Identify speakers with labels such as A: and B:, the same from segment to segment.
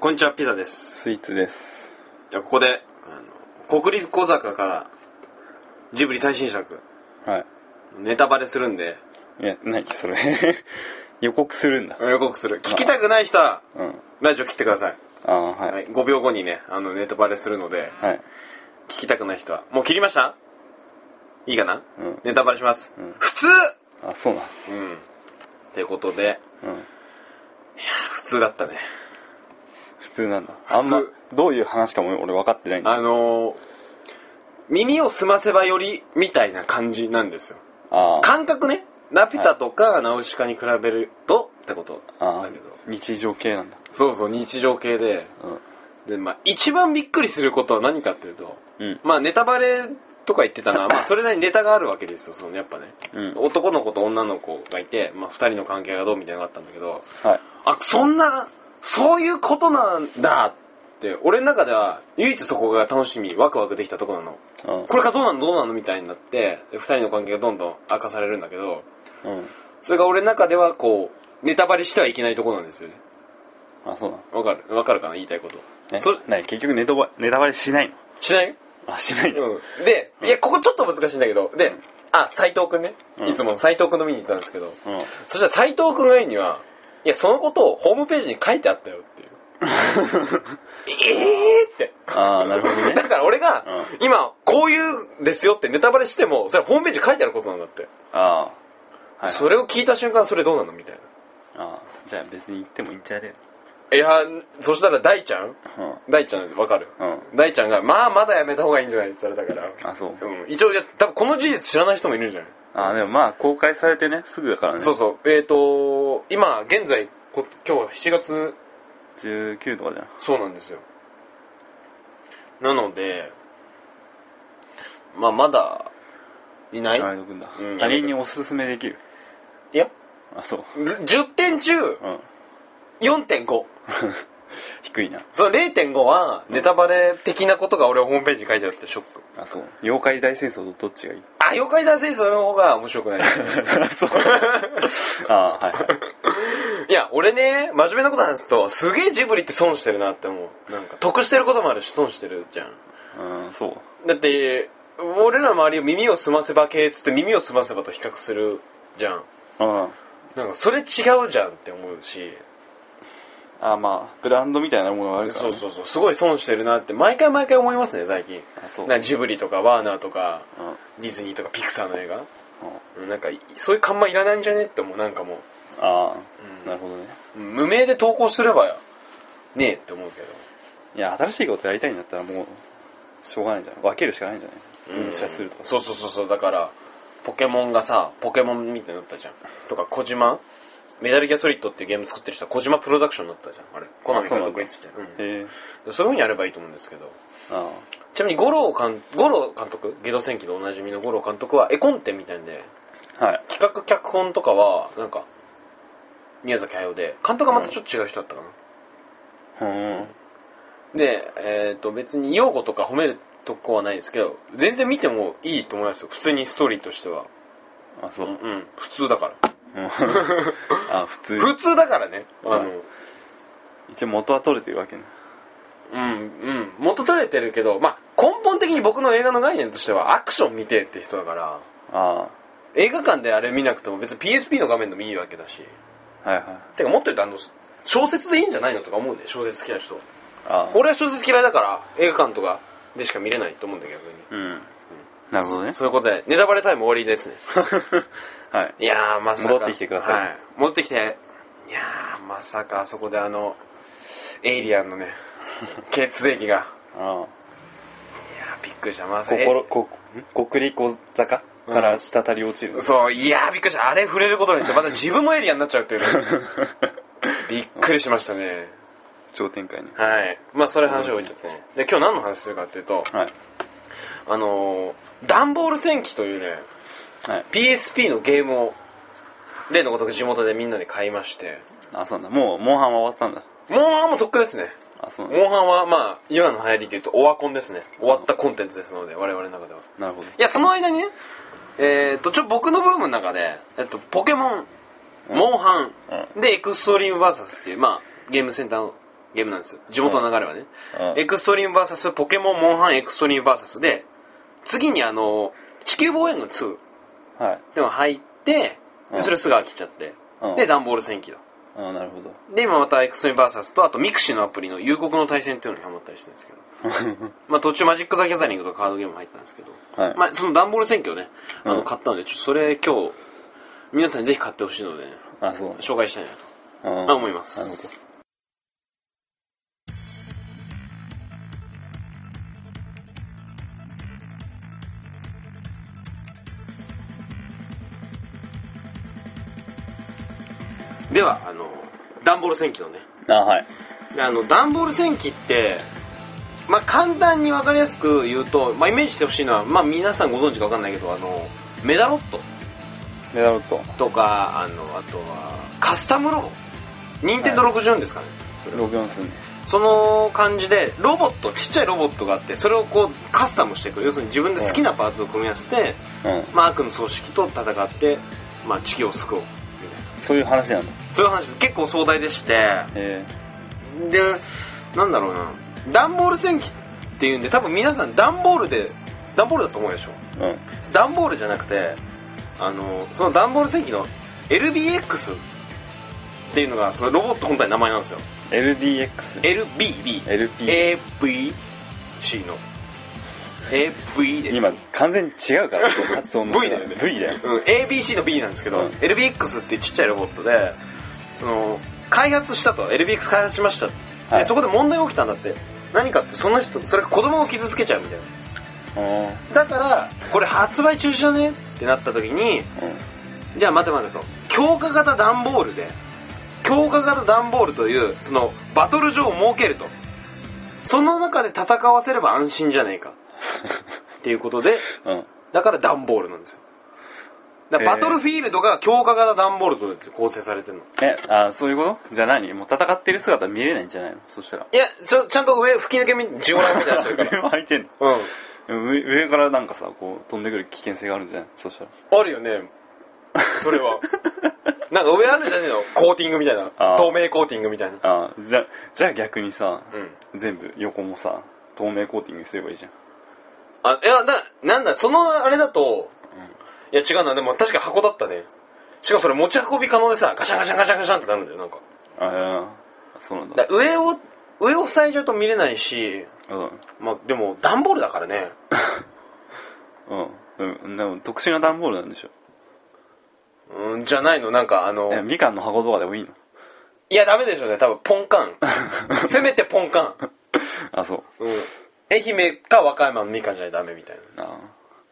A: こんにちは、ピザです。
B: スイーツです。
A: じゃあ、ここで、あの、国立小坂から、ジブリ最新作、
B: はい。
A: ネタバレするんで、
B: いや、なにそれ。 予告するんだ。
A: 予告する。聞きたくない人は、
B: うん。
A: ラジオ切ってください。
B: ああ、はい。
A: は
B: はい。
A: い、5秒後にね、あの、ネタバレするので、聞きたくない人は。もう切りましたいいかな、
B: うん
A: ネタバレします。普通
B: あ、そうなん。
A: うん。ってことで、
B: うん。
A: 普通だったね。
B: 普通なんだ。あんま
A: 普通、
B: どういう話かも俺分かってないんだ。
A: あのー、耳を澄ませばより、みたいな感じなんですよ。
B: あー
A: 感覚ねラピュタとかナウシカに比べるとってこと
B: あ
A: だ
B: ー
A: けど。
B: 日常系なんだ。
A: そうそう日常系で
B: うん。
A: で、まあ、一番びっくりすることは何かっていうと、
B: うん
A: まあネタバレとか言ってた のは、まあ、それなりにネタがあるわけですよそのやっぱね、
B: うん
A: 男の子と女の子がいて、まあ、2人の関係がどうみたいなのがあったんだけど
B: はい。
A: あそんなそういうことなんだって俺の中では唯一そこが楽しみワクワクできたとこなの
B: うん
A: これからどうなのどうなのみたいになって2人の関係がどんどん明かされるんだけど
B: うん。
A: それが俺の中ではこうネタバレしてはいけないところなんですよね
B: あ、そうな
A: わ
B: ん。
A: かるわかるかな言いたいこと
B: え
A: そ、
B: なに結局ネタバレ、ネタバレしないの
A: しない
B: あ、しないの
A: うんでいやここちょっと難しいんだけどであ斎藤君ね、
B: うん
A: いつも斎藤君の見に行ったんですけど、
B: うん。
A: そしたら斎藤君が言うにはいやそのことをホームページに書いてあったよっていうええーって
B: ああ、なるほどね
A: だ。から俺が、今こういうんですよってネタバレしてもそれはホームページに書いてあることなんだって、
B: ああ。はい。
A: それを聞いた瞬間それどうなのみたいな
B: ああ。じゃあ別に行ってもいいんちゃうね。
A: いやそしたら大ちゃん
B: うん。
A: 大ちゃんわかる、
B: う
A: 大ちゃんが「まあまだやめた方がいいんじゃない?」って言われたから
B: あ、そう。
A: うん一応いや多分この事実知らない人もいるんじゃない、
B: ああ、でもまあ、公開されてね、すぐだからね。
A: そうそうえっ、ー、と今現在こ今日は7月
B: 19とかじゃん。
A: そうなんですよなのでまあまだいない、
B: ライド君だ
A: うん。
B: 他人におすすめできる。
A: い、や
B: あ、そう。
A: 10点中
B: うん。
A: 4.5
B: 低いな。
A: その0.5はネタバレ的なことが俺はホームページに書いてあってショック
B: あ、そう。妖怪大戦争とどっちがいい
A: あ妖怪大戦争の方が面白くない
B: あそう。 あはいは
A: い
B: い。
A: や、俺ね、真面目なこと話すと、すげえジブリって損してるなって思う。なんか、得してることもあるし、損してるじゃん。
B: うん、そう。
A: だって、俺らの周りを耳を澄ませば系っつって耳を澄ませばと比較するじゃん。
B: うん。
A: なんか、それ違うじゃんって思うし、
B: あまあ、ブランドみたいなものがあるか
A: そう
B: ら、ね。う
A: そうそう、すごい損してるなって、毎回毎回思いますね、最近。
B: あそう
A: なんかジブリとか、ワーナーとか、
B: そう。うん。
A: ディズニーとか、ピクサーの映画。
B: うん
A: うんなんか、いそういう看板いらないんじゃねって思う、なんかも
B: ああ、なるほどね。
A: う、無名で投稿すれば、ねえって思うけど。
B: いや、新しいことやりたいんだったらもう、しょうがないんじゃない分けるしかないんじゃない分社するとか。
A: そうそうそうそうだからポケモンがさポケモンみたいになったじゃんとか小島メダルギアソリッドっていうゲーム作ってる人は小島プロダクションになったじゃんあれこの
B: あそうなんだ
A: 独立してうんで
B: へえ。
A: そういうふうにやればいいと思うんですけど
B: あ
A: ちなみに五郎監五郎監督ゲド戦記でおなじみの五郎監督は絵コンテみたいで
B: あ。はい。
A: 企画脚本とかはなんか宮崎駿で監督はまたちょっと違う人だったかな、
B: うん。
A: で、えっと別に用語とか褒めるとこはないですけど全然見てもいいと思いますよ普通にストーリーとしては
B: あ、そう。
A: うん普通だから
B: うんあ、普通。
A: 普通だからねあの、
B: はい一応元は取れてるわけね。
A: うんうん元取れてるけどまあ根本的に僕の映画の概念としてはアクション見てって人だから
B: あ
A: 映画館であれ見なくても別に PSP の画面でもいいわけだし
B: あ、はいはい。
A: てかもっと言うとあの小説でいいんじゃないのとか思うね小説好きな人
B: ああ。
A: 俺は小説嫌いだから映画館とかでしか見れないと思うんだけど逆に
B: うん。なるほどね。
A: そういうことでネタバレタイム終わりですね
B: はい。
A: いやーまさか
B: 戻ってきてください
A: は戻ってきていやーまさかあそこであのエイリアンの ね血液が
B: ああ。
A: いやーびっくりしたまさか
B: 心、こ、国立小坂から滴り落ちる。
A: えそういやーびっくりしたあれ触れることによってまた自分もエイリアンになっちゃうっていうね びっくりしましたね
B: 超展開に。
A: はいまあそれ話を置いちゃってねで今日何の話するかっていうと
B: はい。
A: あのー、段ボール戦記というね
B: はい。
A: PSP のゲームを例のごとく地元でみんなで買いまして
B: あ、そうなんだ。もう、モンハンは終わったんだ。
A: モンハンもとっくですね
B: あ、そうなんだ。
A: モンハンはまあ今の流行りでいうとオワコンですね終わったコンテンツですので我々の中では
B: なるほど。
A: いや、その間にね、えっと、ちょ、僕のブームの中で、えっと、ポケモン、モンハン、で、エクストリームバーサスっていう、まあ、ゲームセンターのゲームなんですよ。地元の流れはね。
B: うん
A: エクストリーム VS ポケモンモンハンエクストリーム VS で、次にあの、地球防衛軍2
B: はい
A: でも入って、
B: うん
A: でそれすぐ飽きちゃって
B: うん、
A: で、ダンボール戦記だ。
B: ああなるほど
A: で、今またエクストリーム VS と、あとミクシーのアプリの夕刻の対戦っていうのにハマったりしてるんですけど。 まあ途中マジック・ザ・ギャザリングとかカードゲーム入ったんですけど、
B: はい
A: まあそのダンボール選挙をね、あ
B: うん
A: の買ったので、ちょっとそれ今日、皆さんにぜひ買ってほしいのでね、
B: あそう
A: 紹介したいなと、
B: うん
A: まあ思います。では、あの、ダンボール戦記のね、
B: なるほどあはい
A: であの段ボール戦記って、まあ、簡単に分かりやすく言うと、まあ、イメージしてほしいのは、まあ、皆さんご存知か分かんないけどあのメダロット
B: メダロット
A: とかあのあとはカスタムロボ任天堂64ですかね、
B: 64っすね
A: その感じでロボットちっちゃいロボットがあってそれをこうカスタムしていく要するに自分で好きなパーツを組み合わせて、
B: うん
A: まあ、悪の組織と戦って、まあ、地球を救おうみたいな
B: そういう話なんだ
A: そういう話です結構壮大でして
B: え
A: でなんだろうな段ボール戦記っていうんで多分皆さん段ボールで段ボールだと思うでしょ
B: えうん
A: 段ボールじゃなくてあのその段ボール戦記の LBX っていうのがそのロボット本体の名前なんですよ
B: LDX
A: LBB
B: LP
A: AVC の AV で
B: 今完全に違うから発音の
A: V だよね
B: V だよ
A: うん、ABC の B なんですけど、
B: うん
A: LBX っていうちっちゃいロボットでその開発したと LBX 開発しました、
B: はい
A: でそこで問題が起きたんだって何かってその人それが子供を傷つけちゃうみたいな
B: うん
A: だからこれ発売中止じゃねってなった時にじゃあ待て待てと強化型段ボールで強化型段ボールというそのバトル場を設けるとその中で戦わせれば安心じゃねえかっていうことで
B: うん
A: だから段ボールなんですよだから
B: へー
A: バトルフィールドが強化型段ボールとで構成されてるの
B: えあそういうことじゃあ何もう戦ってる姿見れないんじゃないのそしたら
A: いやちょちゃんと上吹き抜けみジオラみたいになってるから
B: 上も開いてんの
A: うん
B: 上上からなんかさこう飛んでくる危険性があるんじゃないそしたら
A: あるよね。それは。 なんか上あるじゃねえのコーティングみたいな
B: あー。
A: 透明コーティングみたいな。
B: あじゃじゃあ逆にさ、
A: うん。
B: 全部横もさ透明コーティングすればいいじゃん
A: あ、いや、な、なんだ、そのあれだと、いや違うな、でも確か箱だったね。しかもそれ持ち運び可能でさ、ガシャンガシャンガシャンガシャンってなるんだよ、なんか。
B: ああそうなんだ
A: だから上を、上を塞いじゃうと見れないし、
B: うん
A: まあでも段ボールだからね。
B: うん、うん、でも特殊な段ボールなんでしょ
A: うん、じゃないの、なんかあの、
B: えみかんの箱とかでもいいの
A: いやダメでしょうね、多分ポン カン。せめてポンカン。
B: あそう
A: うん。愛媛か和歌山のみかんじゃないとダメみたいな。
B: あ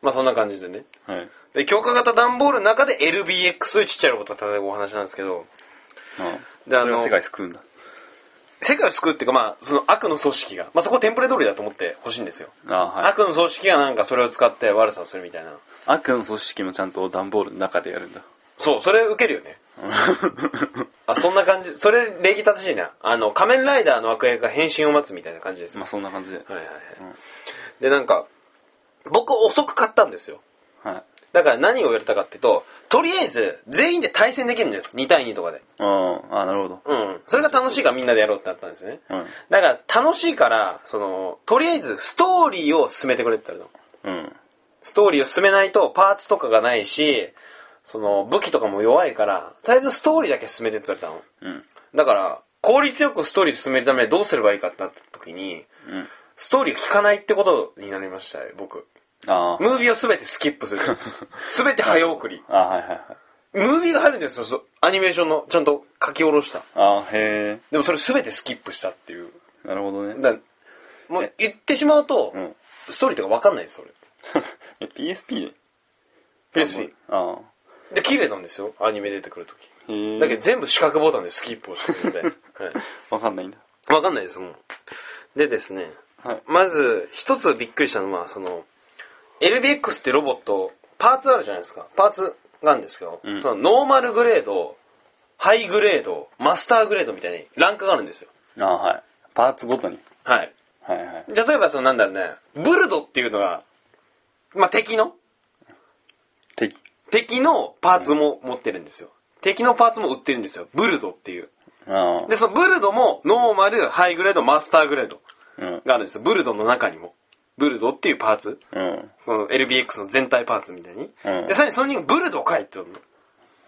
A: まあそんな感じでね。
B: あはい
A: で強化型段ボールの中で LBX というちっちゃいロボットが戦うお話なんですけど
B: ああ
A: であの
B: それが世界救うんだ
A: 世界を救うっていうか、まあ、その悪の組織が、まあ、そこテンプレ通りだと思ってほしいんですよ、
B: ああはい
A: 悪の組織がなんかそれを使って悪さをするみたいな
B: 悪の組織もちゃんと段ボールの中でやるんだ
A: そうそれ受けるよ ねあそんな感じそれ礼儀正しいなあの仮面ライダーの悪役が変身を待つみたいな感じです、
B: まあそんな感じで
A: はいはいはい、でなんか僕遅く買ったんですよ
B: はい
A: だから何をやれたかっていうととりあえず全員で対戦できるんです2対2とかで
B: うんああなるほど
A: うんそれが楽しいからみんなでやろうってなったんですよね、
B: うん
A: だから楽しいから、その、とりあえずストーリーを進めてくれって言ったの。
B: うん
A: ストーリーを進めないとパーツとかがないし、その武器とかも弱いから、とりあえずストーリーだけ進めてって言われたの。
B: うん
A: だから、効率よくストーリー進めるためにどうすればいいかってなった時に、
B: うん
A: ストーリーを聞かないってことになりましたよ、僕。
B: あ
A: ムービーをすべてスキップする。 すべて早送り。
B: あああはいはいはい
A: ムービーが入るんですよ、そアニメーションの、ちゃんと書き下ろした。
B: ああへ
A: でもそれすべてスキップしたっていう。
B: えなるほどね
A: だからもう言ってしまうと、
B: うん
A: ストーリーとか分かんないです、俺。
B: え PSP で
A: PSP。
B: あ
A: で、綺麗なんですよ、アニメ出てくると
B: あ
A: き。
B: へえ
A: だけど全部四角ボタンでスキップをしてるの で、はい、
B: わかんないんだ
A: 分かんないです、もう。でですね、
B: はい
A: まず、一つびっくりしたのは、その、LBX ってロボット、パーツあるじゃないですか。パーツなんですけど、
B: ん
A: そのノーマルグレード、ハイグレード、マスターグレードみたいにランクがあるんですよ。
B: ああはいパーツごとに
A: はい。
B: はいはい
A: 例えば、そのなんだろうね、ブルドっていうのが、まあ、敵の
B: 敵
A: 敵のパーツも持ってるんですよ。敵のパーツも売ってるんですよ。ブルドっていう。
B: ああ
A: で、そのブルドもノーマル、ハイグレード、マスターグレード
B: うん
A: があるんですよ。ブルドの中にも。ブルドっていうパーツ。
B: うん
A: この LBX の全体パーツみたいに。
B: うん
A: で、さらにその人がブルド回って言う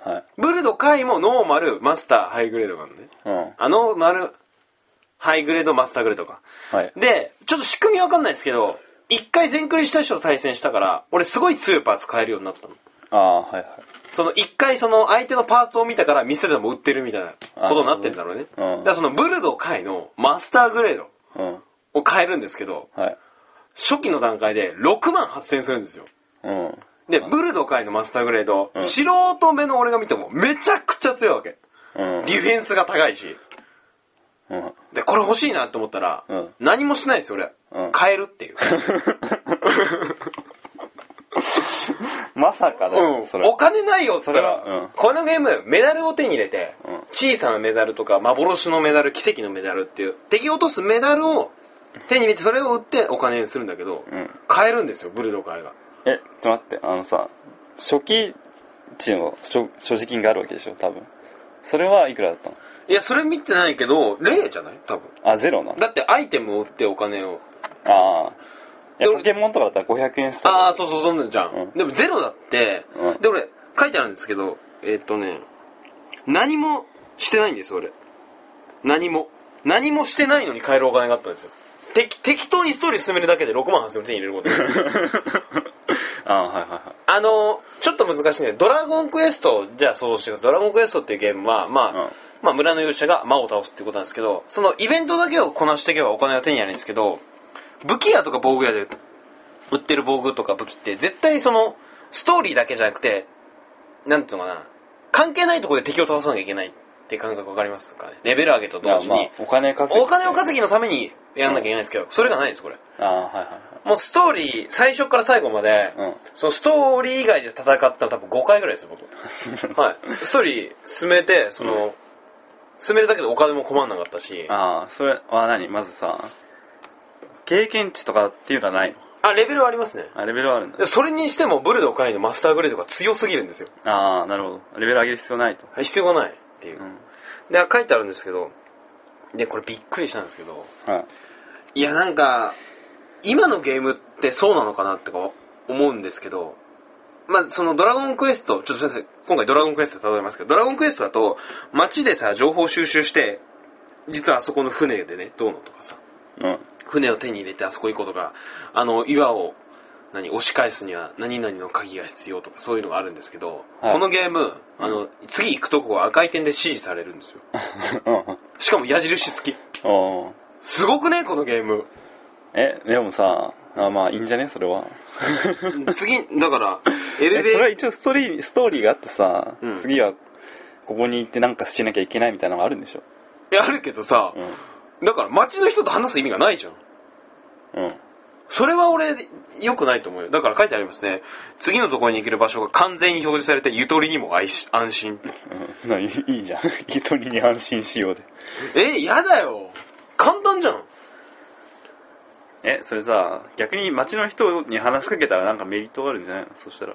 A: の。
B: はい
A: ブルド回もノーマル、マスター、ハイグレードがあるのね。
B: うん
A: あ、ノーマル、ハイグレード、マスターグレードか。
B: はい
A: で、ちょっと仕組みわかんないですけど、一回全クリした人と対戦したから、俺すごい強いパーツ変えるようになったの。
B: ああはいはい
A: その一回その相手のパーツを見たから見せても売ってるみたいなことになってんだろうね。
B: あーう
A: だ
B: ん
A: からそのブルド回のマスターグレード
B: うん
A: を変えるんですけど、
B: はい
A: 初期の段階で6万8000するんですよ。
B: うん
A: で、ブルド回のマスターグレード、
B: うん
A: 素人目の俺が見てもめちゃくちゃ強いわけ。
B: うん
A: ディフェンスが高いし。
B: うん
A: で、これ欲しいなと思ったら、
B: うん
A: 何もしないですよ、俺。
B: うん
A: 変えるっていう。
B: まさかだよ、それ
A: お金ないよっつったら、
B: それはうん
A: このゲームメダルを手に入れて、
B: うん
A: 小さなメダルとか幻のメダル奇跡のメダルっていう敵を落とすメダルを手に入れてそれを売ってお金にするんだけど、
B: うん
A: 買えるんですよブルドー買いが
B: えちょっと待ってあのさ初期値の所所持金があるわけでしょ多分それはいくらだったの
A: いやそれ見てないけど例じゃない多分
B: あゼロなんだ
A: だってアイテムを売ってお金を
B: ああい
A: で
B: や
A: 俺
B: ポケモンとかだったら500円スタート
A: ああそうそうそんなんじゃん、
B: うん
A: でもゼロだって、
B: うん
A: で俺書いてあるんですけどえーっとね何もしてないんですよ俺何も何もしてないのに買えるお金があったんですよて適当にストーリー進めるだけで6万8000円手に入れることになる
B: ああはいはいはい
A: あのーちょっと難しいねドラゴンクエストじゃあ想像してくださいドラゴンクエストっていうゲームはまあ、
B: うん
A: まあ村の勇者が魔を倒すっていうことなんですけどそのイベントだけをこなしていけばお金が手に入るんですけど武器屋とか防具屋で売ってる防具とか武器って絶対そのストーリーだけじゃなくてなんていうのかな関係ないところで敵を倒さなきゃいけないって感覚わかりますかねレベル上げと同時に、
B: まあまあお金稼ぎ
A: お金を稼ぎのためにやんなきゃいけないんですけど、それがないですこれ
B: ぎああはいはい
A: もうストーリー最初から最後まで、
B: うん
A: そのストーリー以外で戦ったの多分5回ぐらいです僕 はいストーリー進めてその、進めるだけでお金も困んなかったし
B: ああそれは何まずさ経験値とかっていうのはないの
A: あレベルはありますね
B: あレベルはあるんだ
A: でそれにしてもブルドー会のマスターグレードが強すぎるんですよ
B: ああなるほどレベル上げる必要ないと
A: 必要がないっていう、
B: ん
A: で書いてあるんですけどでこれびっくりしたんですけど
B: はい
A: いやなんか今のゲームってそうなのかなってか思うんですけどまあそのドラゴンクエストちょっとすいません今回ドラゴンクエストで例えますけどドラゴンクエストだと街でさ情報収集して実はあそこの船でねどうのとかさ
B: うん
A: 船を手に入れてあそこ行こうとかあの岩を何押し返すには何々の鍵が必要とかそういうのがあるんですけど、
B: はい
A: このゲームあの、次行くとこが赤い点で指示されるんですよしかも矢印付き
B: おお
A: すごくねこのゲーム
B: えでもさあまあいいんじゃねそれは
A: 次だから
B: えそれは
A: LB
B: 一応ストーリーストーリーがあってさ、
A: うん
B: 次はここに行ってなんかしなきゃいけないみたいなのがあるんでしょ
A: やるけどさ、
B: う
A: だから街の人と話す意味がないじゃん
B: んうん
A: それは俺良くないと思うよだから書いてありますね次のところに行ける場所が完全に表示されてゆとりにも安心安 心
B: うん ないいいじゃん一人に安心しようで
A: えやだよ簡単じゃん
B: えそれさ逆に街の人に話しかけたらなんかメリットがあるんじゃないのそしたら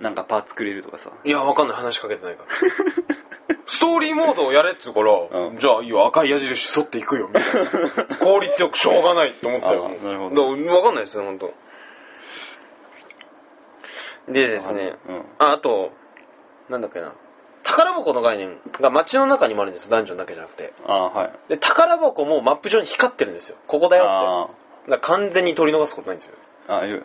B: なんかパーツくれるとかさ
A: いや、わかんない。話しかけてない から。ストーリーモードをやれっつうから、
B: うん
A: じゃあいいよ、赤い矢印沿っていくよ、みたい な。効率よくしょうがないって思ったよ。
B: あなるほ
A: ど。わかんないですよ、本当でですね、
B: うん
A: あ、あと、なんだっけな。宝箱の概念が街の中にもあるんですダンジョンだけじゃなくて。
B: ああはい
A: で、宝箱もマップ上に光ってるんですよ。ここだよ
B: あ
A: って。だから完全に取り逃すことないんですよ。
B: あああいう、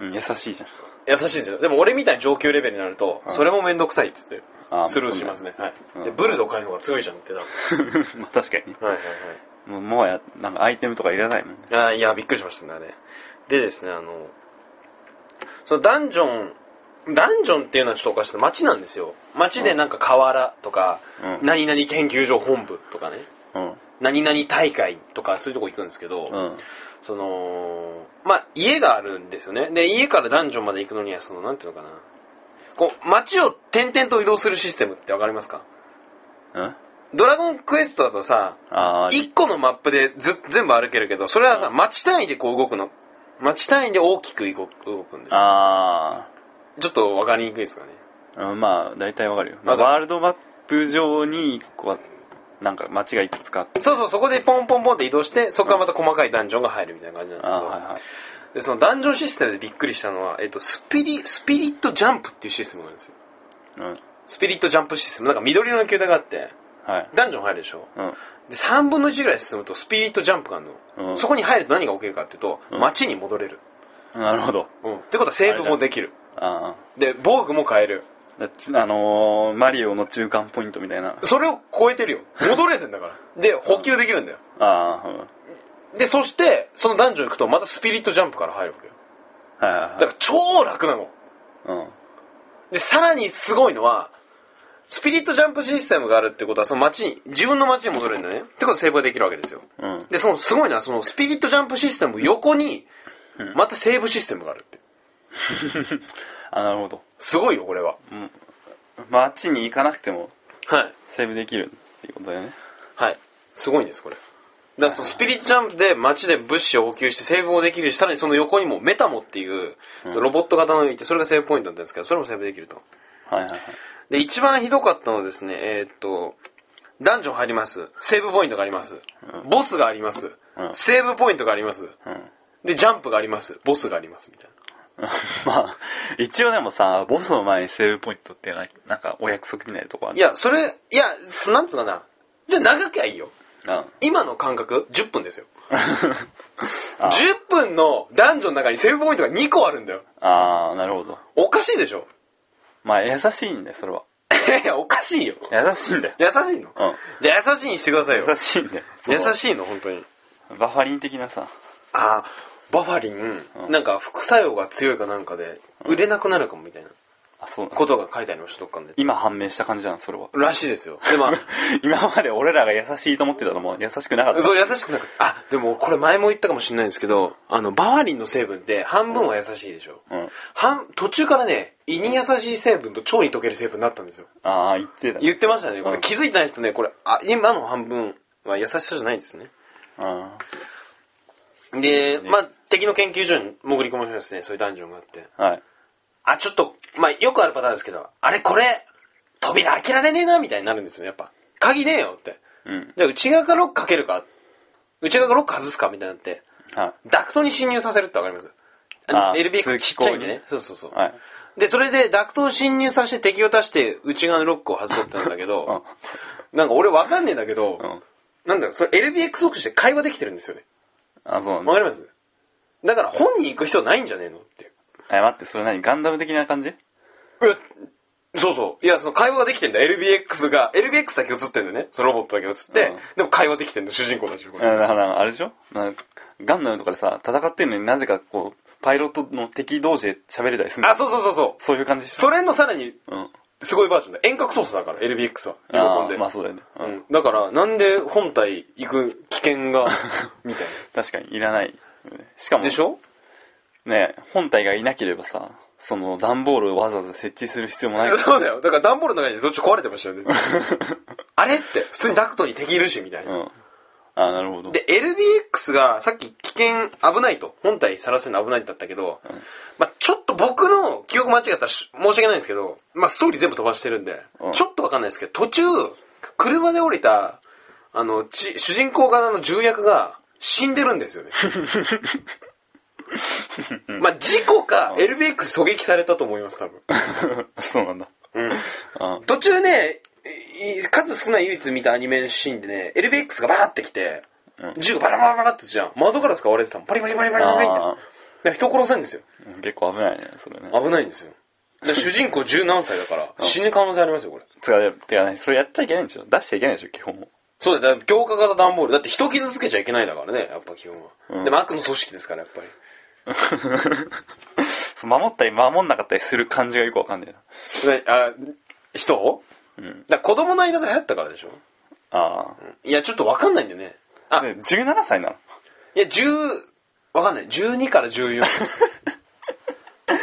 B: うん、優しいじゃん
A: 優しいんですよでも俺みたいに上級レベルになると、それも面倒くさいっつって
B: あー
A: スルーしますね、はい
B: うん
A: でブルド買いの方が強いじゃんってだはい
B: まあ確かにね
A: はいはい
B: もうもはやなんかアイテムとかいらないもんね
A: あーいやびっくりしましたねあれでですねあのそのダンジョンダンジョンっていうのはちょっとおかしいな街なんですよ街でなんか河原とか、
B: うん
A: 何々研究所本部とかね
B: うん
A: 何々大会とかそういうとこ行くんですけど、
B: うん
A: そのまあ家があるんですよねで家からダンジョンまで行くのにはそのなんていうのかなこう街を点々と移動するシステムってわかりますか
B: うん
A: ドラゴンクエストだとさ
B: ああ
A: 1個のマップでず全部歩けるけどそれはさ街単位でこう動くの街単位で大きく動く動くんです
B: あ
A: ちょっとわかりにくいですかね
B: あうんまあ大体わかるよ、まあ、
A: わかる
B: ワールドマップ上に1個はなんか街がいくつかあって
A: そうそう、そこでポンポンポンって移動して、そこからまた細かいダンジョンが入るみたいな感じなんです
B: あ
A: けど、
B: ーはいはい
A: で、そのダンジョンシステムでびっくりしたのは、えっと、スピリ、スピリットジャンプっていうシステムなんですよ。
B: うん
A: スピリットジャンプシステム。なんか緑色の球体があって、
B: はい
A: ダンジョン入るでしょ
B: うん
A: で、3分の1ぐらい進むとスピリットジャンプがあるの。
B: うん
A: そこに入ると何が起きるかっていうと、
B: ん
A: 街に戻れる。
B: なるほど
A: うん。ってことはセーブもできる。
B: あ
A: で、防具も変える。
B: あちあのーマリオの中間ポイントみたいな
A: それを超えてる よ。戻れてんだから。で、補給できるんだよ。
B: ああうん
A: で、そして、そのダンジョン行くと、またスピリットジャンプから入るわけよ。
B: はいは
A: だ
B: い
A: から超楽なの。
B: はい
A: で、さらにすごいのは、スピリットジャンプシステムがあるってことは、その街に、自分の街に戻れるんだよね。ってことはセーブができるわけですよ。
B: うんうん
A: で、そのすごいのは、そのスピリットジャンプシステムの横に、またセーブシステムがあるって。
B: あなるほど
A: すごいよ、これは。
B: 街に行かなくても
A: はい。
B: セーブできるっていうことだよね
A: はい。すごいんです、これ。だからそのスピリットジャンプで街で物資を補給してセーブもできるし、さらにその横にもメタモっていう、ロボット型のいて、それがセーブポイントなんですけど、それもセーブできると。
B: はいはいはい
A: で、一番ひどかったのはですね、えーっと、ダンジョン入ります。セーブポイントがあります。ボスがあります。
B: うん
A: セーブポイントがあります。
B: うん
A: で、ジャンプがあります。ボスがあります。みたい
B: まあ一応でもさボスの前にセーブポイントっていうのはなんかお約束みたいなとこあ
A: な。
B: る
A: いや、それ、いや、つなんつうかな。じゃあ長きゃいいよ。
B: うん
A: 今の感覚、10分です よ。
B: あ
A: 10分のダンジョンの中にセーブポイントが2個あるんだよ。
B: ああなるほど
A: おかしいでしょ
B: まあ優しいんだよそれはい
A: や、おかしいよ。
B: 優しいんだよ
A: 優しいの、
B: うん
A: じゃあ優しいにしてくださいよ
B: 優。しいんだよその
A: 優しいの、本当に。
B: バファリン的なさ
A: あーバファリン、なんか副作用が強いかなんかで、売れなくなるかもみたいな
B: あそうなんだ
A: ことが書いてありました、どっかで。
B: 今判明した感じなのそれは
A: らしいですよ。で、まあ、
B: 今まで俺らが優しいと思ってたのも優しくなかった
A: そう、優しくなくあ、でもこれ前も言ったかもしれないんですけど、あの、バファリンの成分って半分は優しいでしょ。
B: うん
A: 半、途中からね、胃に優しい成分と腸に溶ける成分になったんですよ。
B: ああ言ってたね
A: 言ってましたね、これ。
B: うん
A: 気づいてない人ね、これ、あ、今の半分は優しさじゃないんですね。
B: うん
A: で、まあ、敵の研究所に潜り込まれますね、そういうダンジョンがあって。
B: はい
A: あ、ちょっと、まあ、よくあるパターンですけど、あれこれ、扉開けられねえな、みたいになるんですよね、やっぱ。鍵ねえよって。
B: うん
A: じゃあ、内側からロックかけるか、内側からロック外すか、みたいになって、
B: は
A: ダクトに侵入させるってわかりますあ
B: あ
A: の、
B: ー
A: LBX ちっちゃいんでね。
B: 通
A: そうそうそう。
B: いはい
A: で、それでダクトを侵入させて敵を出して、内側のロックを外そうってなんだけど、なんか俺わかんねえんだけど、
B: うん
A: なんだろう、それ LBX ロックして会話できてるんですよね。
B: あそうなん
A: わか
B: だ
A: りますだから本人行く必要ないんじゃねえのっていう。
B: え待ってそれ何ガンダム的な感じ
A: えそうそう。いや、その会話ができてんだ。LBX が、LBX だけ映ってんだよね。そのロボットだけ映って、
B: うん
A: でも会話できてんの、主人公たちのこ
B: うん
A: と。
B: だからあれでしょなんかガンダムとかでさ戦ってんのになぜかこうパイロットの敵同士で喋れたりするの
A: あ、そうそうそうそう。
B: そういう感じでしょ
A: それのさらに、
B: うん
A: すごいバージョンだ。遠隔操作だから、LBX は。リモコ
B: あ
A: ンで。
B: ーまあそうだよねう
A: うんん。だから、なんで本体行く危険 が、みたい
B: 確かにいらないよねしか
A: な。
B: も
A: でしょ
B: ね本体がいなければさその段ボールをわざわざ設置する必要もないから
A: そうだよ。だから段ボールの中にどっち壊れてました よね。あれって、普通にダクトに敵いるし、み たいな。
B: うん。あーなるほど。
A: で、LBX がさっき危険、危ないと、本体さらせるの危ないだったけど、まあちょっと僕の記憶間違ったらし申し訳ないんですけど、まあストーリー全部飛ばしてるんで、
B: うん
A: ちょっとわかんないですけど、途中、車で降りた、あの、ち主人公側の重役が死んでるんですよ ね。まあ事故か LBX 狙撃されたと思います、多分。
B: そうなんだ。
A: うん
B: あー
A: 途中ね、い数少ない唯一見たアニメのシーンでね、LBX がバーって来て、
B: うん
A: 銃がバラバラバラってじゃん。窓ガラスが割れてたの。パリパリパリパリパリって。だ
B: あ
A: から人殺せんですよ。
B: ー結構危ないね、それね。
A: 危ないんですよ。だから主人公十何歳だから、死ぬ可能性ありますよ、これ。
B: つか、てかね、それやっちゃいけないんでしょ出しちゃいけないでしょ、基本も。
A: そうだよ、だから強化型段ボール。だって人傷つけちゃいけないだからね、やっぱ基本は。
B: うん
A: でも悪の組織ですから、やっぱり。
B: そう守ったり守んなかったりする感じがよくわかんないな。
A: であ人を
B: うん。
A: だから子供の間で流行ったからでしょ
B: あ
A: いや、ちょっとわかんないんだよね。
B: あ。
A: あ、
B: で17歳なの
A: いや、十、わかんない。12から14。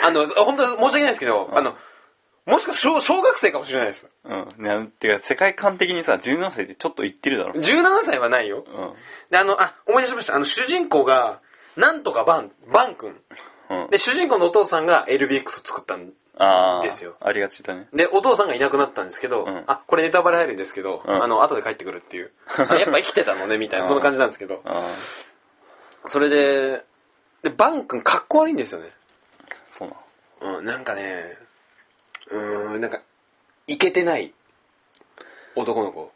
A: あの、本当申し訳ないですけど、あの、もしかしたら小小学生かもしれないです。
B: うん。ね、てか、世界観的にさ、17歳ってちょっと言ってるだろ。
A: 17歳はないよ。
B: う
A: で、あの、あ、思い出しました。あの、主人公が、なんとかバン、バン君。
B: ん。うん。
A: で、主人公のお父さんが LBX を作ったん
B: ああ
A: ですよ
B: ありがちだね
A: で、お父さんがいなくなったんですけど、
B: うん
A: あ、これネタバレ入るんですけど、
B: うん
A: あの、後で帰ってくるっていう。あやっぱ生きてたのね、みたいな、そんな感じなんですけど。
B: あ
A: それで、で、バン君かっこ悪いんですよね。
B: あそうなの
A: うん、なんかね、うーん、なんか、いけてない男の子。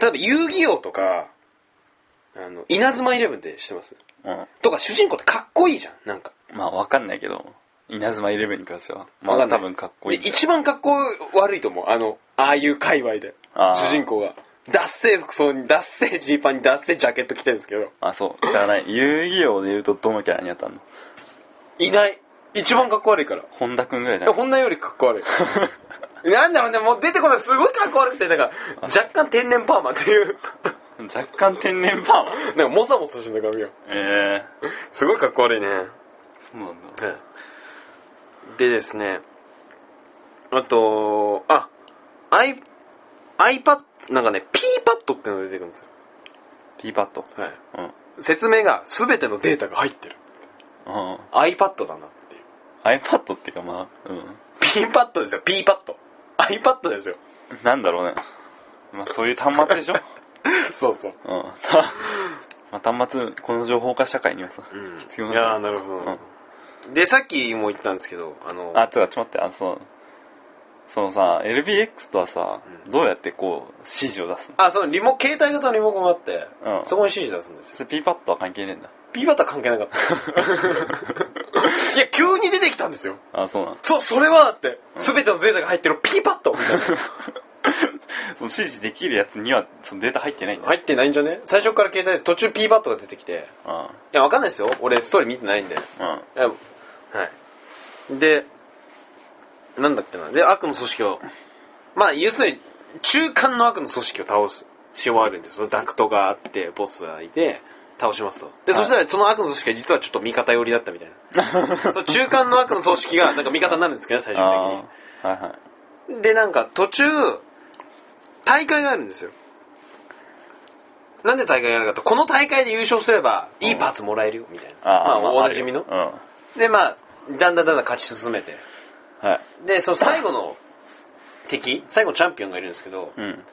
A: 例えば、遊戯王とか、あの、稲妻イレブンって知ってます
B: う
A: とか、主人公ってかっこいいじゃん、なんか。
B: んまあわかんないけど稲妻イレブンに関してはま
A: わか
B: あ
A: んない
B: 多分かっこいい
A: で一番かっこ悪いと思う。あの、ああいう界隈で。
B: あー
A: 主人公が。脱製服装に、脱製ジーパンに、脱製ジャケット着てるんですけど。
B: あそうじゃあない遊戯王で言うとどのキャラに当たんの
A: いない。一番かっこ悪いから。
B: 本田くんぐらいじゃ
A: え
B: ない
A: 本田よりかっこ悪 い。なんだろうね、もう出てこない。すごいかっこ悪くて、なんか、若干天然パーマっていう。
B: 若干天然パーマ
A: なんか、もさもさしてた髪が。
B: ええ
A: すごいかっこ悪いね。
B: そうなんだ
A: でですね、あと、あ、i、iPad、なんかね、PPad ってのが出てくるんですよ。
B: ティーパッド
A: はい。
B: うん
A: 説明が全てのデータが入ってる
B: うん
A: iPad だなっていう
B: iPad っていうかまあうん
A: PPad ですよ PPadiPad ですよ
B: なんだろうねまあそういう端末でしょ
A: そうそう
B: うん まあ端末この情報化社会にはさ、必要
A: い
B: な
A: やー
B: ん
A: な
B: だ
A: るほど、でさっきも言ったんですけどあの
B: あつうかちょっと待ってあのそのそのさ LBX とはさ、どうやってこう指示を出すの
A: あそのリモ携帯型のリモコンがあって、
B: うん
A: そこに指示出すんですよ
B: それ P パッドは関係ねえんだ
A: PPad は関係なかったいや急に出てきたんですよ
B: あそうなの
A: そうそれはだって全てのデータが入ってる PPad みたいな
B: その指示できるやつにはそのデータ入ってないんだ、
A: 入ってないんじゃね最初から携帯で途中 PPad が出てきていやわかんないですよ俺ストーリー見てないんで
B: うんうん
A: えはい。で、なんだっけな。で、悪の組織を、まあ、要するに、中間の悪の組織を倒す、し終わるんですよ。ダクトがあって、ボスがいて、倒しますと。で、そしたら、その悪の組織は実はちょっと味方寄りだったみたいな。 そう中間の悪の組織が、なんか味方になるんですけどね、最
B: あ
A: 終
B: あはいはい
A: 的に。で、なんか、途中、大会があるんですよ。なんで大会やるかと、この大会で優勝すれば、いいパーツもらえるよ、みたいな。まあ、
B: ー
A: おなじみの
B: あ。るよ
A: で、まあ、だんだんだんだん勝ち進めて。
B: うんはい
A: で、その最後の敵、最後のチャンピオンがいるんですけど、
B: うん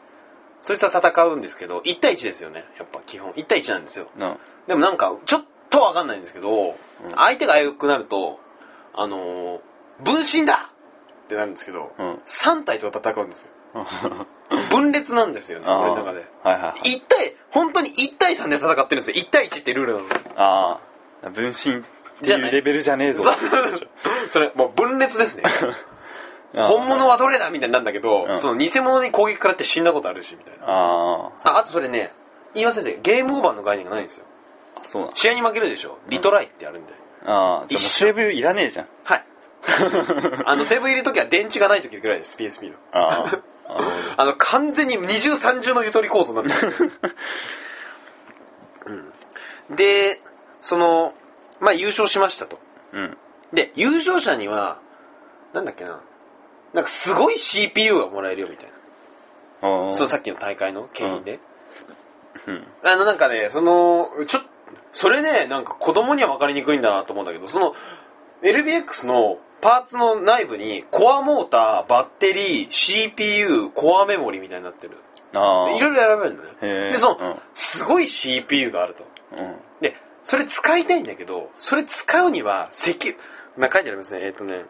A: そいつは戦うんですけど、1対1ですよね。やっぱ基本。1対1なんですよ。
B: な
A: でもなんか、ちょっとわかんないんですけど、相手が危うくなると、あのー分身だってなるんですけど、
B: うん
A: 3体と戦うんです よ。分裂なんですよね、
B: あー
A: 俺の中で。
B: はいはいはい
A: 1対、本当に1対3で戦ってるんですよ。1対1ってルールな の。
B: ああ分身っていうレベルじゃねえぞ
A: それ、もう分裂ですね。
B: あ ー
A: 本物はどれだみたいになるんだけど、
B: うん
A: その偽物に攻撃食らって死んだことあるし、みたいな。
B: あ
A: あ、あとそれね、言い忘れて、ゲームオーバーの概念がないんですよ。
B: あそうなの
A: 試合に負けるでしょリトライってやるんで。
B: ああじゃあもう
A: 一緒
B: セーブいらねえじゃん
A: はい。 あの、セーブ入れるときは電池がないときぐらいです、PSP の。
B: あーあなるほど
A: あの、完全に二重三重のゆとり構造になってる、うん。で、その、まあ優勝しましたと。
B: うん
A: で、優勝者には、なんだっけな、なんかすごい CPU がもらえるよみたいな。
B: ああ
A: そのさっきの大会の景品で。
B: うん
A: あの、なんかね、その、ちょ、それね、なんか子供には分かりにくいんだなと思うんだけど、その、LBX のパーツの内部に、コアモーター、バッテリー、CPU、コアメモリみたいになってる。
B: ああ
A: いろいろ選べるの
B: へ
A: ね。
B: ー
A: で、その、
B: うん
A: すごい CPU があると。
B: うん
A: で、それ使いたいんだけど、それ使うには、石油、な、書いてありますね。えっ、とね、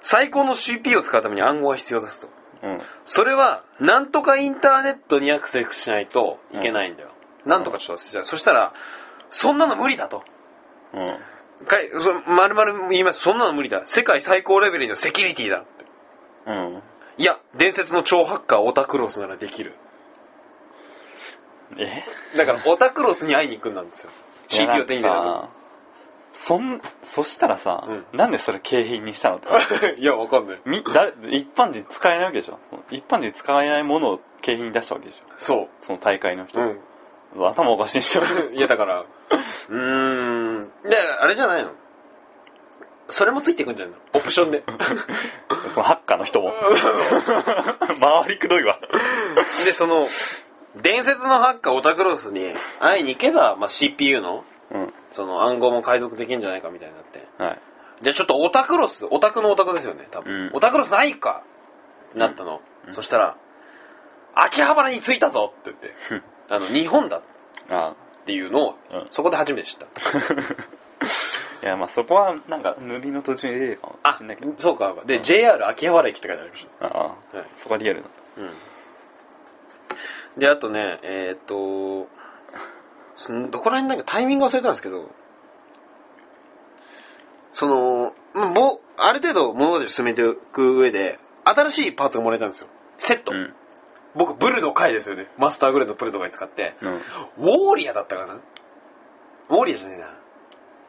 A: 最高の CPU を使うために暗号が必要ですと。
B: うん
A: それは、なんとかインターネットにアクセスしないといけないんだよ。なんとかちょっと忘れちゃう。そしたら、そんなの無理だと。
B: うん
A: かい、そまるまる言います。そんなの無理だ。世界最高レベルのセキュリティだ。
B: うん
A: いや、伝説の超ハッカーオタクロスならできる。
B: え
A: だから、オタクロスに会いに行くんなん ですよ。
B: い
A: CPU
B: や
A: 手に入れ
B: な
A: た
B: んかさそんそしたらさ、
A: う
B: なんでそれ景品にしたのって
A: と。 いや、わかんない。
B: み誰一般人使えないわけでしょその一般人使えないものを景品に出したわけでしょ
A: そ
B: その大会の人、
A: う。 うん。
B: 頭おかしいで しょ
A: いやだから、うーん。で、あれじゃないのそれもついてくんじゃないのオプションで。
B: そのハッカーの人 も周りくどいわ
A: で、その、伝説のハッカーオタクロスに会いに行けば、まあ、CPU の、
B: うん
A: その暗号も解読できるんじゃないかみたいになって。
B: はい
A: じゃあちょっとオタクロスオタクのオタクですよね多分、
B: うん
A: オタクロスないかってなったの、そしたら「秋葉原に着いたぞ!」って言ってあの日本だっ
B: あ
A: ていうのを、
B: うん
A: そこで初めて知った
B: いやまあそこはなんか塗りの途中に出てるかも
A: あ
B: しんないけど
A: そうかで、JR 秋葉原駅って書いてありまし
B: ああ、
A: はい
B: そこはリアルだ
A: た、うん、であとねえーっとそのどこら辺なんかタイミング忘れたんですけどそのまあぼある程度物事進めていく上で新しいパーツがもらえたんですよセット、
B: うん
A: 僕ブルの回ですよねマスターグレードブルの回使って、
B: うん
A: ウォーリアだったかなウォーリアじゃね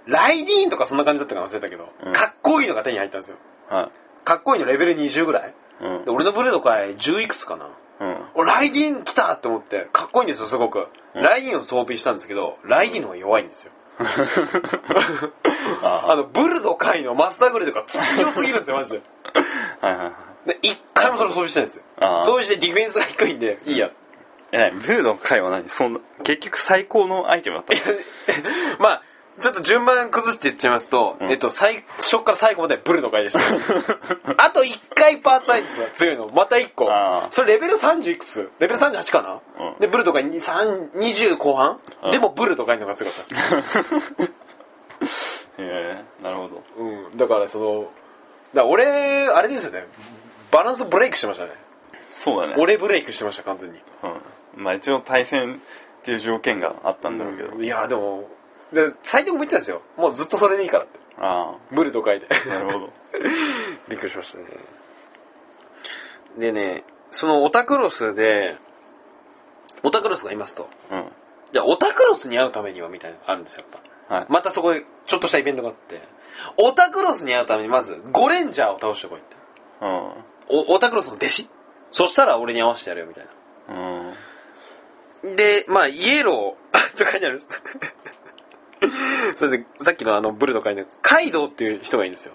A: えなライディーンとかそんな感じだったか忘れたけど、
B: うん
A: かっこいいのが手に入ったんですよ
B: は
A: かっこいいのレベル20ぐらい
B: いうん
A: で俺のブレード回10いくつかな
B: うん
A: 俺ライディーン来たって思ってかっこいいんですよすごく、
B: うん
A: ライディーンを装備したんですけどライディーンの方が弱いんですよ
B: あ
A: あのブルド回のマスターグレードが強すぎるんですよマジで
B: あはいはいはい
A: で一回もそれ装備してないんですよ
B: あー
A: 装備してディフェンスが低いんでいいや、
B: え何ブルーの回は何そんな結局最高のアイテムだったの
A: まあちょっと順番崩して言っちゃいますと、
B: ん
A: えっと、最初から最後までブルの回でした。 あと1回パーツアイですよ、強いの。また1個
B: あ。ー
A: それレベル30いくつレベル38かな、
B: うん
A: で、ブルとかに3 20後半、
B: うん
A: でもブルとかいうのが強かったです。
B: へえなるほど
A: うん。だからその、だから俺、あれですよね。バランスブレイクしてましたね。
B: そうだね
A: 俺ブレイクしてました、完全に。
B: うんまあ一応対戦っていう条件があったんだろうけど、
A: いや、でも、で最低も言ってたんですよ。もうずっとそれでいいからって。
B: あ
A: ブルと書い て。
B: あなるほど
A: びっくりしましたねでねそのオタクロスでオタクロスがいますと
B: うん
A: じゃあオタクロスに会うためにはみたいなのあるんですよやっぱ、
B: はい
A: またそこでちょっとしたイベントがあってオタクロスに会うためにまずゴレンジャーを倒してこいっておオタクロスの弟子そしたら俺に会わせてやるよみたいな
B: うんうん
A: でまあイエロー あちょっと書いてありますそうですね さっきのあのブルの会のカイドウっていう人がいいんですよ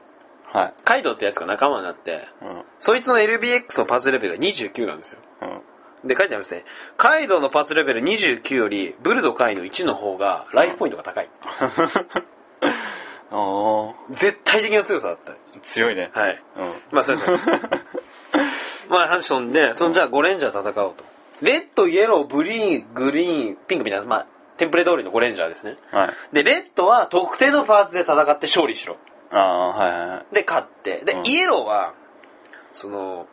B: はい
A: カイドウってやつが仲間になって
B: うん
A: そいつの LBX のパズレベルが29なんですよ。
B: うん
A: で、書いてありますね。カイドウのパズレベル29より、ブルドカイの1の方が、ライフポイントが高い。
B: あ
A: 絶対的な強さだった。
B: あ強いね
A: はい。
B: うん
A: まあ、そうですね。まあ、話飛んで、そのじゃあ5レンジャー戦おうと。レッド、イエロー、ブリーン、グリーン、ピンクみたいな、まあ、テンプレ通りの5レンジャーですね。
B: はい
A: で、レッドは特定のパーツで戦って勝利しろ。
B: ああはいはいはい
A: で、勝って。で、
B: うん
A: イエローは、その、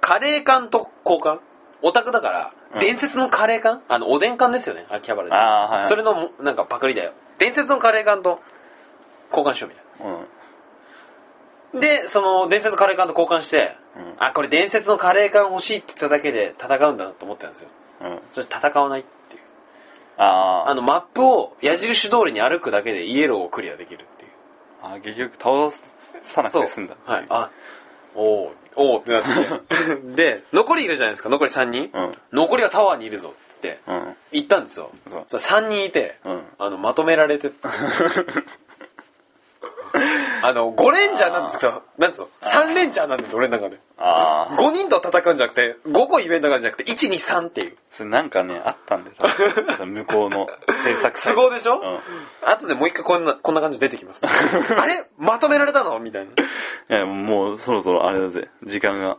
A: カレー缶と交換オタクだから、
B: うん
A: 伝説のカレー缶あの、おでん缶ですよね、秋葉原で。
B: あーはいはい
A: それのも、なんかパクリだよ。伝説のカレー缶と交換しようみたい
B: う
A: な。
B: ん
A: で、その、伝説のカレー缶と交換して、
B: うん
A: あ、これ伝説のカレー缶欲しいって言っただけで戦うんだなと思ってたんですよ。
B: うん
A: そして戦わないっていう。
B: あー
A: あの、マップを矢印通りに歩くだけでイエローをクリアできるっていう。
B: あー結局倒さなくて済んだ
A: はい。あ、おー、おーってな って。で、残りいるじゃないですか、残り3人。
B: うん
A: 残りはタワーにいるぞって言って、
B: うん
A: 行ったんですよ。
B: そう
A: そ3人いて、
B: うん
A: あの、まとめられ て。あの、5レンジャーなんですよ。なんつうの ?3 レンジャーなんですよ、俺の中で。
B: ああ
A: 5人と戦うんじゃなくて、5個イベントがあるんじゃなくて、1、2、3っていう。
B: それなんかねあったんで多 分その向こうの制作
A: 都合でしょ、
B: うん
A: あとでもう一回こんな、こんな感じで出てき ます、あれまとめられたのみたいな。
B: いやもうそろそろあれだぜ時間が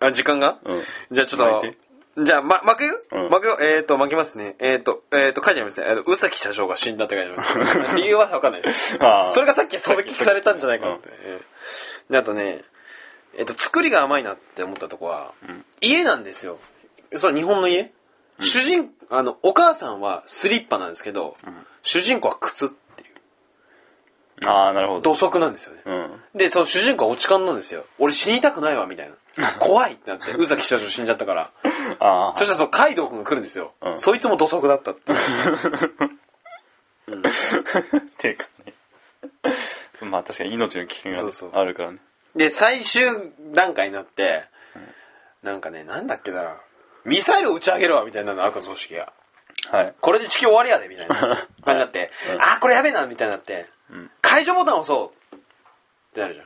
A: あ、時間が、
B: うん
A: じゃあちょっ
B: 巻い
A: と、じゃあ、ま、巻くよ、
B: うん
A: 巻くよ。えっ、ー、と、巻きますね。えっ、ー、と、えっ、ー、と、書いてありますね。えーと宇崎社長が死んだって書いてあります。理由はわかんないです。
B: あー
A: それがさっき狙撃されたんじゃないかなって。えーで、あとね、えっ、と、作りが甘いなって思ったとこは、家なんですよ。それは日本の家、主人、あの、お母さんはスリッパなんですけど、主人公は靴っていう。
B: ああなるほど
A: 土足なんですよね。
B: うん
A: で、その主人公は落ち勘なんですよ。俺死にたくないわ、みたいな。怖いってなって、宇崎社長死んじゃったから。
B: あ
A: そしたらそのカイドウ君が来るんですよ。
B: うん
A: そいつも土足だったっていう。
B: あていうかね まあ確かに命の危険
A: そうそう
B: があるからね
A: で、最終段階になって、なんかね、なんだっけな。ミサイルを打ち上げるわ、みたいなの、赤組織が。
B: はい
A: これで地球終わりやで、 みたいな感じになって、あ、これやべえな、みたいになって、解除ボタンを押そうってなるじゃ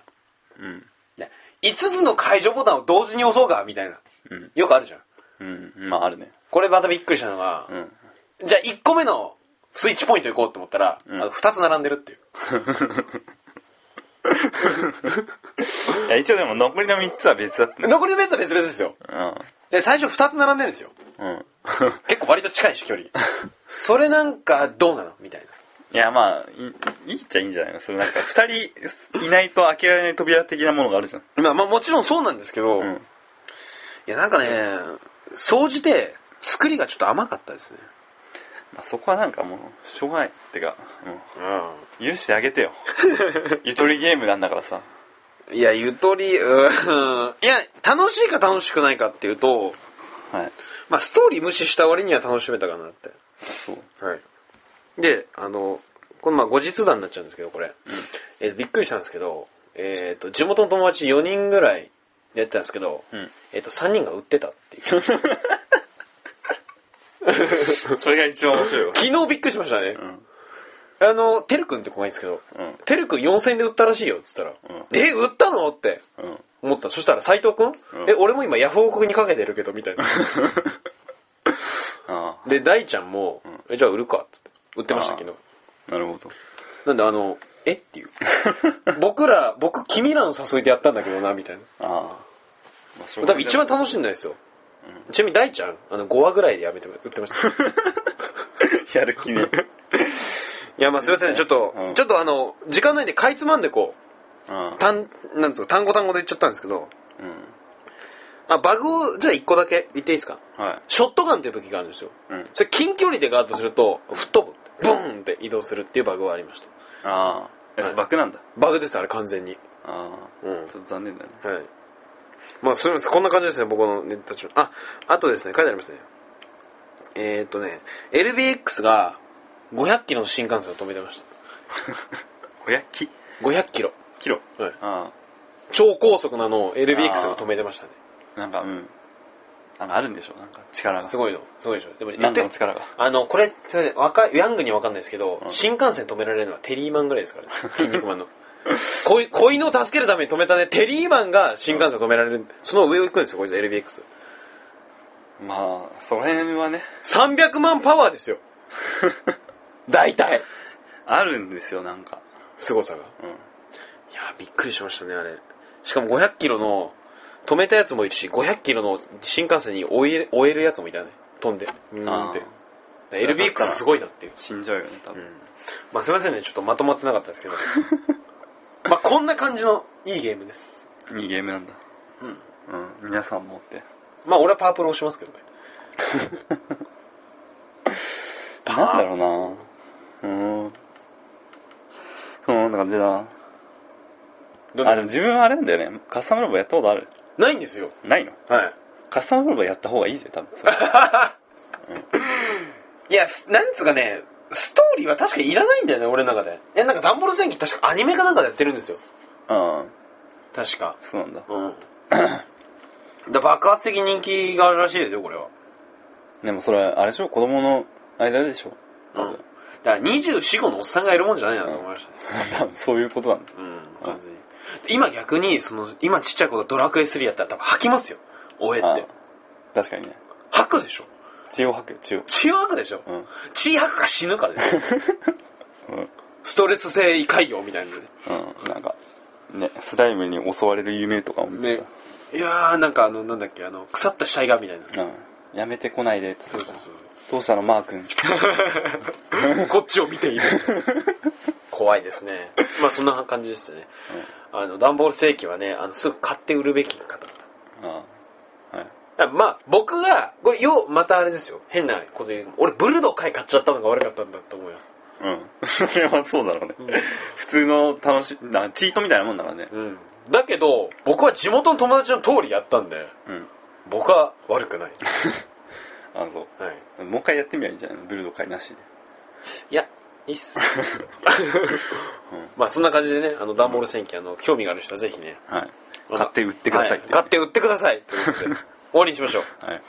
A: ん。
B: うん
A: で5つの解除ボタンを同時に押そうか、みたいな。
B: うん
A: よくあるじゃん。
B: うんまああるね
A: これまたびっくりしたのが、
B: うん
A: じゃあ1個目のスイッチポイント行こうと思ったら、
B: ん
A: あの2つ並んでるっていう。
B: いや一応でも残りの3つは別だったね
A: 残りのやつは別々ですよ。で、最初2つ並んでるんですよ。
B: うんうん
A: 結構割と近いし、距離。それなんかどうなのみたいな。
B: いやまあいいいっちゃいいんじゃないのそれなんか2人いないと開けられない扉的なものがあるじゃん
A: まあまあもちろんそうなんですけど、
B: うん
A: いやなんかね、総じて作りがちょっと甘かったですね。
B: まあ、そこはなんかもうしょうがないってか、
A: うん。
B: うん、許してあげてよゆとりゲームなんだからさ
A: いや、ゆとり、うーん。いや、楽しいか楽しくないかっていうと、
B: はい
A: まあ、ストーリー無視した割には楽しめたかなって。
B: そう
A: はい。で、あの、このまあ後日談になっちゃうんですけど、これ。えーびっくりしたんですけど、えっ、と、地元の友達4人ぐらいやってたんですけど、
B: ん
A: えっ、と、3人が売ってたっていう。昨
B: それが一番面白いわ
A: 日びっくりしましたね。
B: ん
A: あの、てるくんって子がいいんですけど、
B: うん
A: てるくん4000円で売ったらしいよって言ったら、
B: うん
A: え、売ったのって
B: うん
A: 思った。そしたら、斎藤くん、
B: ん
A: え、俺も今ヤフオクにかけてるけど、みたいな。
B: あ
A: で大ちゃんも「えじゃあ売るか」っつって売ってましたけど
B: あなるほど
A: なんであの「えっ?」ていう僕ら僕君らの誘いでやったんだけどなみたいな
B: ああ、まあしょう
A: 多
B: が
A: 分
B: ない
A: 一番楽しんでないですよ、ちなみに大ちゃんあの5話ぐらいでやめて売ってましたい
B: やる気ね
A: やまあすいませんちょっと、
B: うん
A: ちょっとあの時間内でかいつまんでこ
B: あ
A: う単なんですか単語単語で言っちゃったんですけど
B: あうん
A: あバグをじゃあ1個だけ言っていいですか
B: はい
A: ショットガンっていう武器があるんですよ、
B: うん
A: それ近距離でガードすると吹っ飛ぶってボーンって移動するっていうバグがありました
B: ああ
A: はい
B: バクなんだ
A: バグですあれ完全に
B: ああ、
A: うん
B: ちょっと残念だね
A: はい。まあ、すみません。こんな感じですね、僕のネタ中。あ、あとですね、書いてありますね。えーっ、とね、LBX が500キロの新幹線を止めてまし
B: 小焼き
A: た。500キロ。
B: キロ、
A: はい
B: あ
A: 超高速なのを LBX が止めてましたね。
B: あなんかうんなんかあるんでしょうなんか力が
A: すごいの。すごいでしょ。でも、
B: 何の力が
A: あの、これ、すみません。若い、ヤングにはわかんないですけど、新幹線止められるのはテリーマンぐらいですからね。筋 肉マンの。こい子犬を助けるために止めたね、テリーマンが新幹線を止められる。その上を行くんですよ、こいつ LBX。
B: まあその辺はね
A: 300万パワーです よ。大体。
B: あるんですよなんか
A: 凄さが。
B: うん
A: いやー、びっくりしましたね、あれ。しかも500キロの、止めたやつもいるし、500キロの新幹線に追え追えるやつもいたね。飛んで。うーんって
B: あ。
A: LBX すごいなっていう。
B: 死んじゃうよね多分、
A: まあすいませんね、ちょっとまとまってなかったですけど。 まあこんな感じのいいゲームです。
B: いいゲームなんだうん、皆さんもって
A: まあ俺はパープル押しますけどね。
B: なんだろうなうんそんな感じだな
A: どう
B: あでも自分はあれなんだよねカスタムロボやったことある
A: ないんですよ。
B: ないの
A: はい。
B: カスタムロボやった方がいいぜ多分そ れ
A: いや、すなんつうかね、ストーリーは確かにいらないんだよね、俺の中で。え、なんかダンボール戦記確かアニメかなんかでやってるんですよ。
B: うん
A: 確か。
B: そうなんだ
A: うん。 だ爆発的人気があるらしいですよ、これは。
B: でもそれあれでしょ子供の間でしょ 多分、
A: だから24、号のおっさんがいるもんじゃないなと思いましたね。
B: 多分そういうことなんだ
A: うん、完全に。今逆に、その、今ちっちゃい子がドラクエ3やったら多分吐きますよ。おえっ
B: あ
A: て。
B: 確かにね
A: 吐くでしょ
B: 血を吐くよ血を
A: 血を吐くでしょ、
B: うん
A: 血吐くか死ぬかですよ
B: うん
A: ストレス性胃潰瘍みたいなね
B: うんなんかねスライムに襲われる夢とかも見て
A: ね
B: さ、
A: いやーなんかあのなんだっけあの腐った死体がみたいな
B: うん、やめてこないでって
A: そうそうそう
B: どうしたのマー 君
A: こっちを見ている怖いですねまあそんな感じでしたね、あの段ボール正規はねあのすぐ買って売るべき方だっ
B: ああはい
A: たまあ僕がこれようまたあれですよ変なこと言う俺ブルドー買い買っちゃったのが悪かったんだと思います
B: うん それはそうだろうね、普通の楽しなチートみたいなもんだからね
A: うんだけど僕は地元の友達の通りやったんで
B: うん
A: 僕は悪くない、
B: あそ
A: はい、
B: うもう一回やってみればいいんじゃないのブルドー買いなしで
A: いやいいっ すまあそんな感じでねあの段ボール戦記あの興味がある人はぜひね
B: はい買って売ってくださ
A: は
B: いっ
A: い
B: て、
A: 買って売ってくださいということで終わりにしましょう
B: はい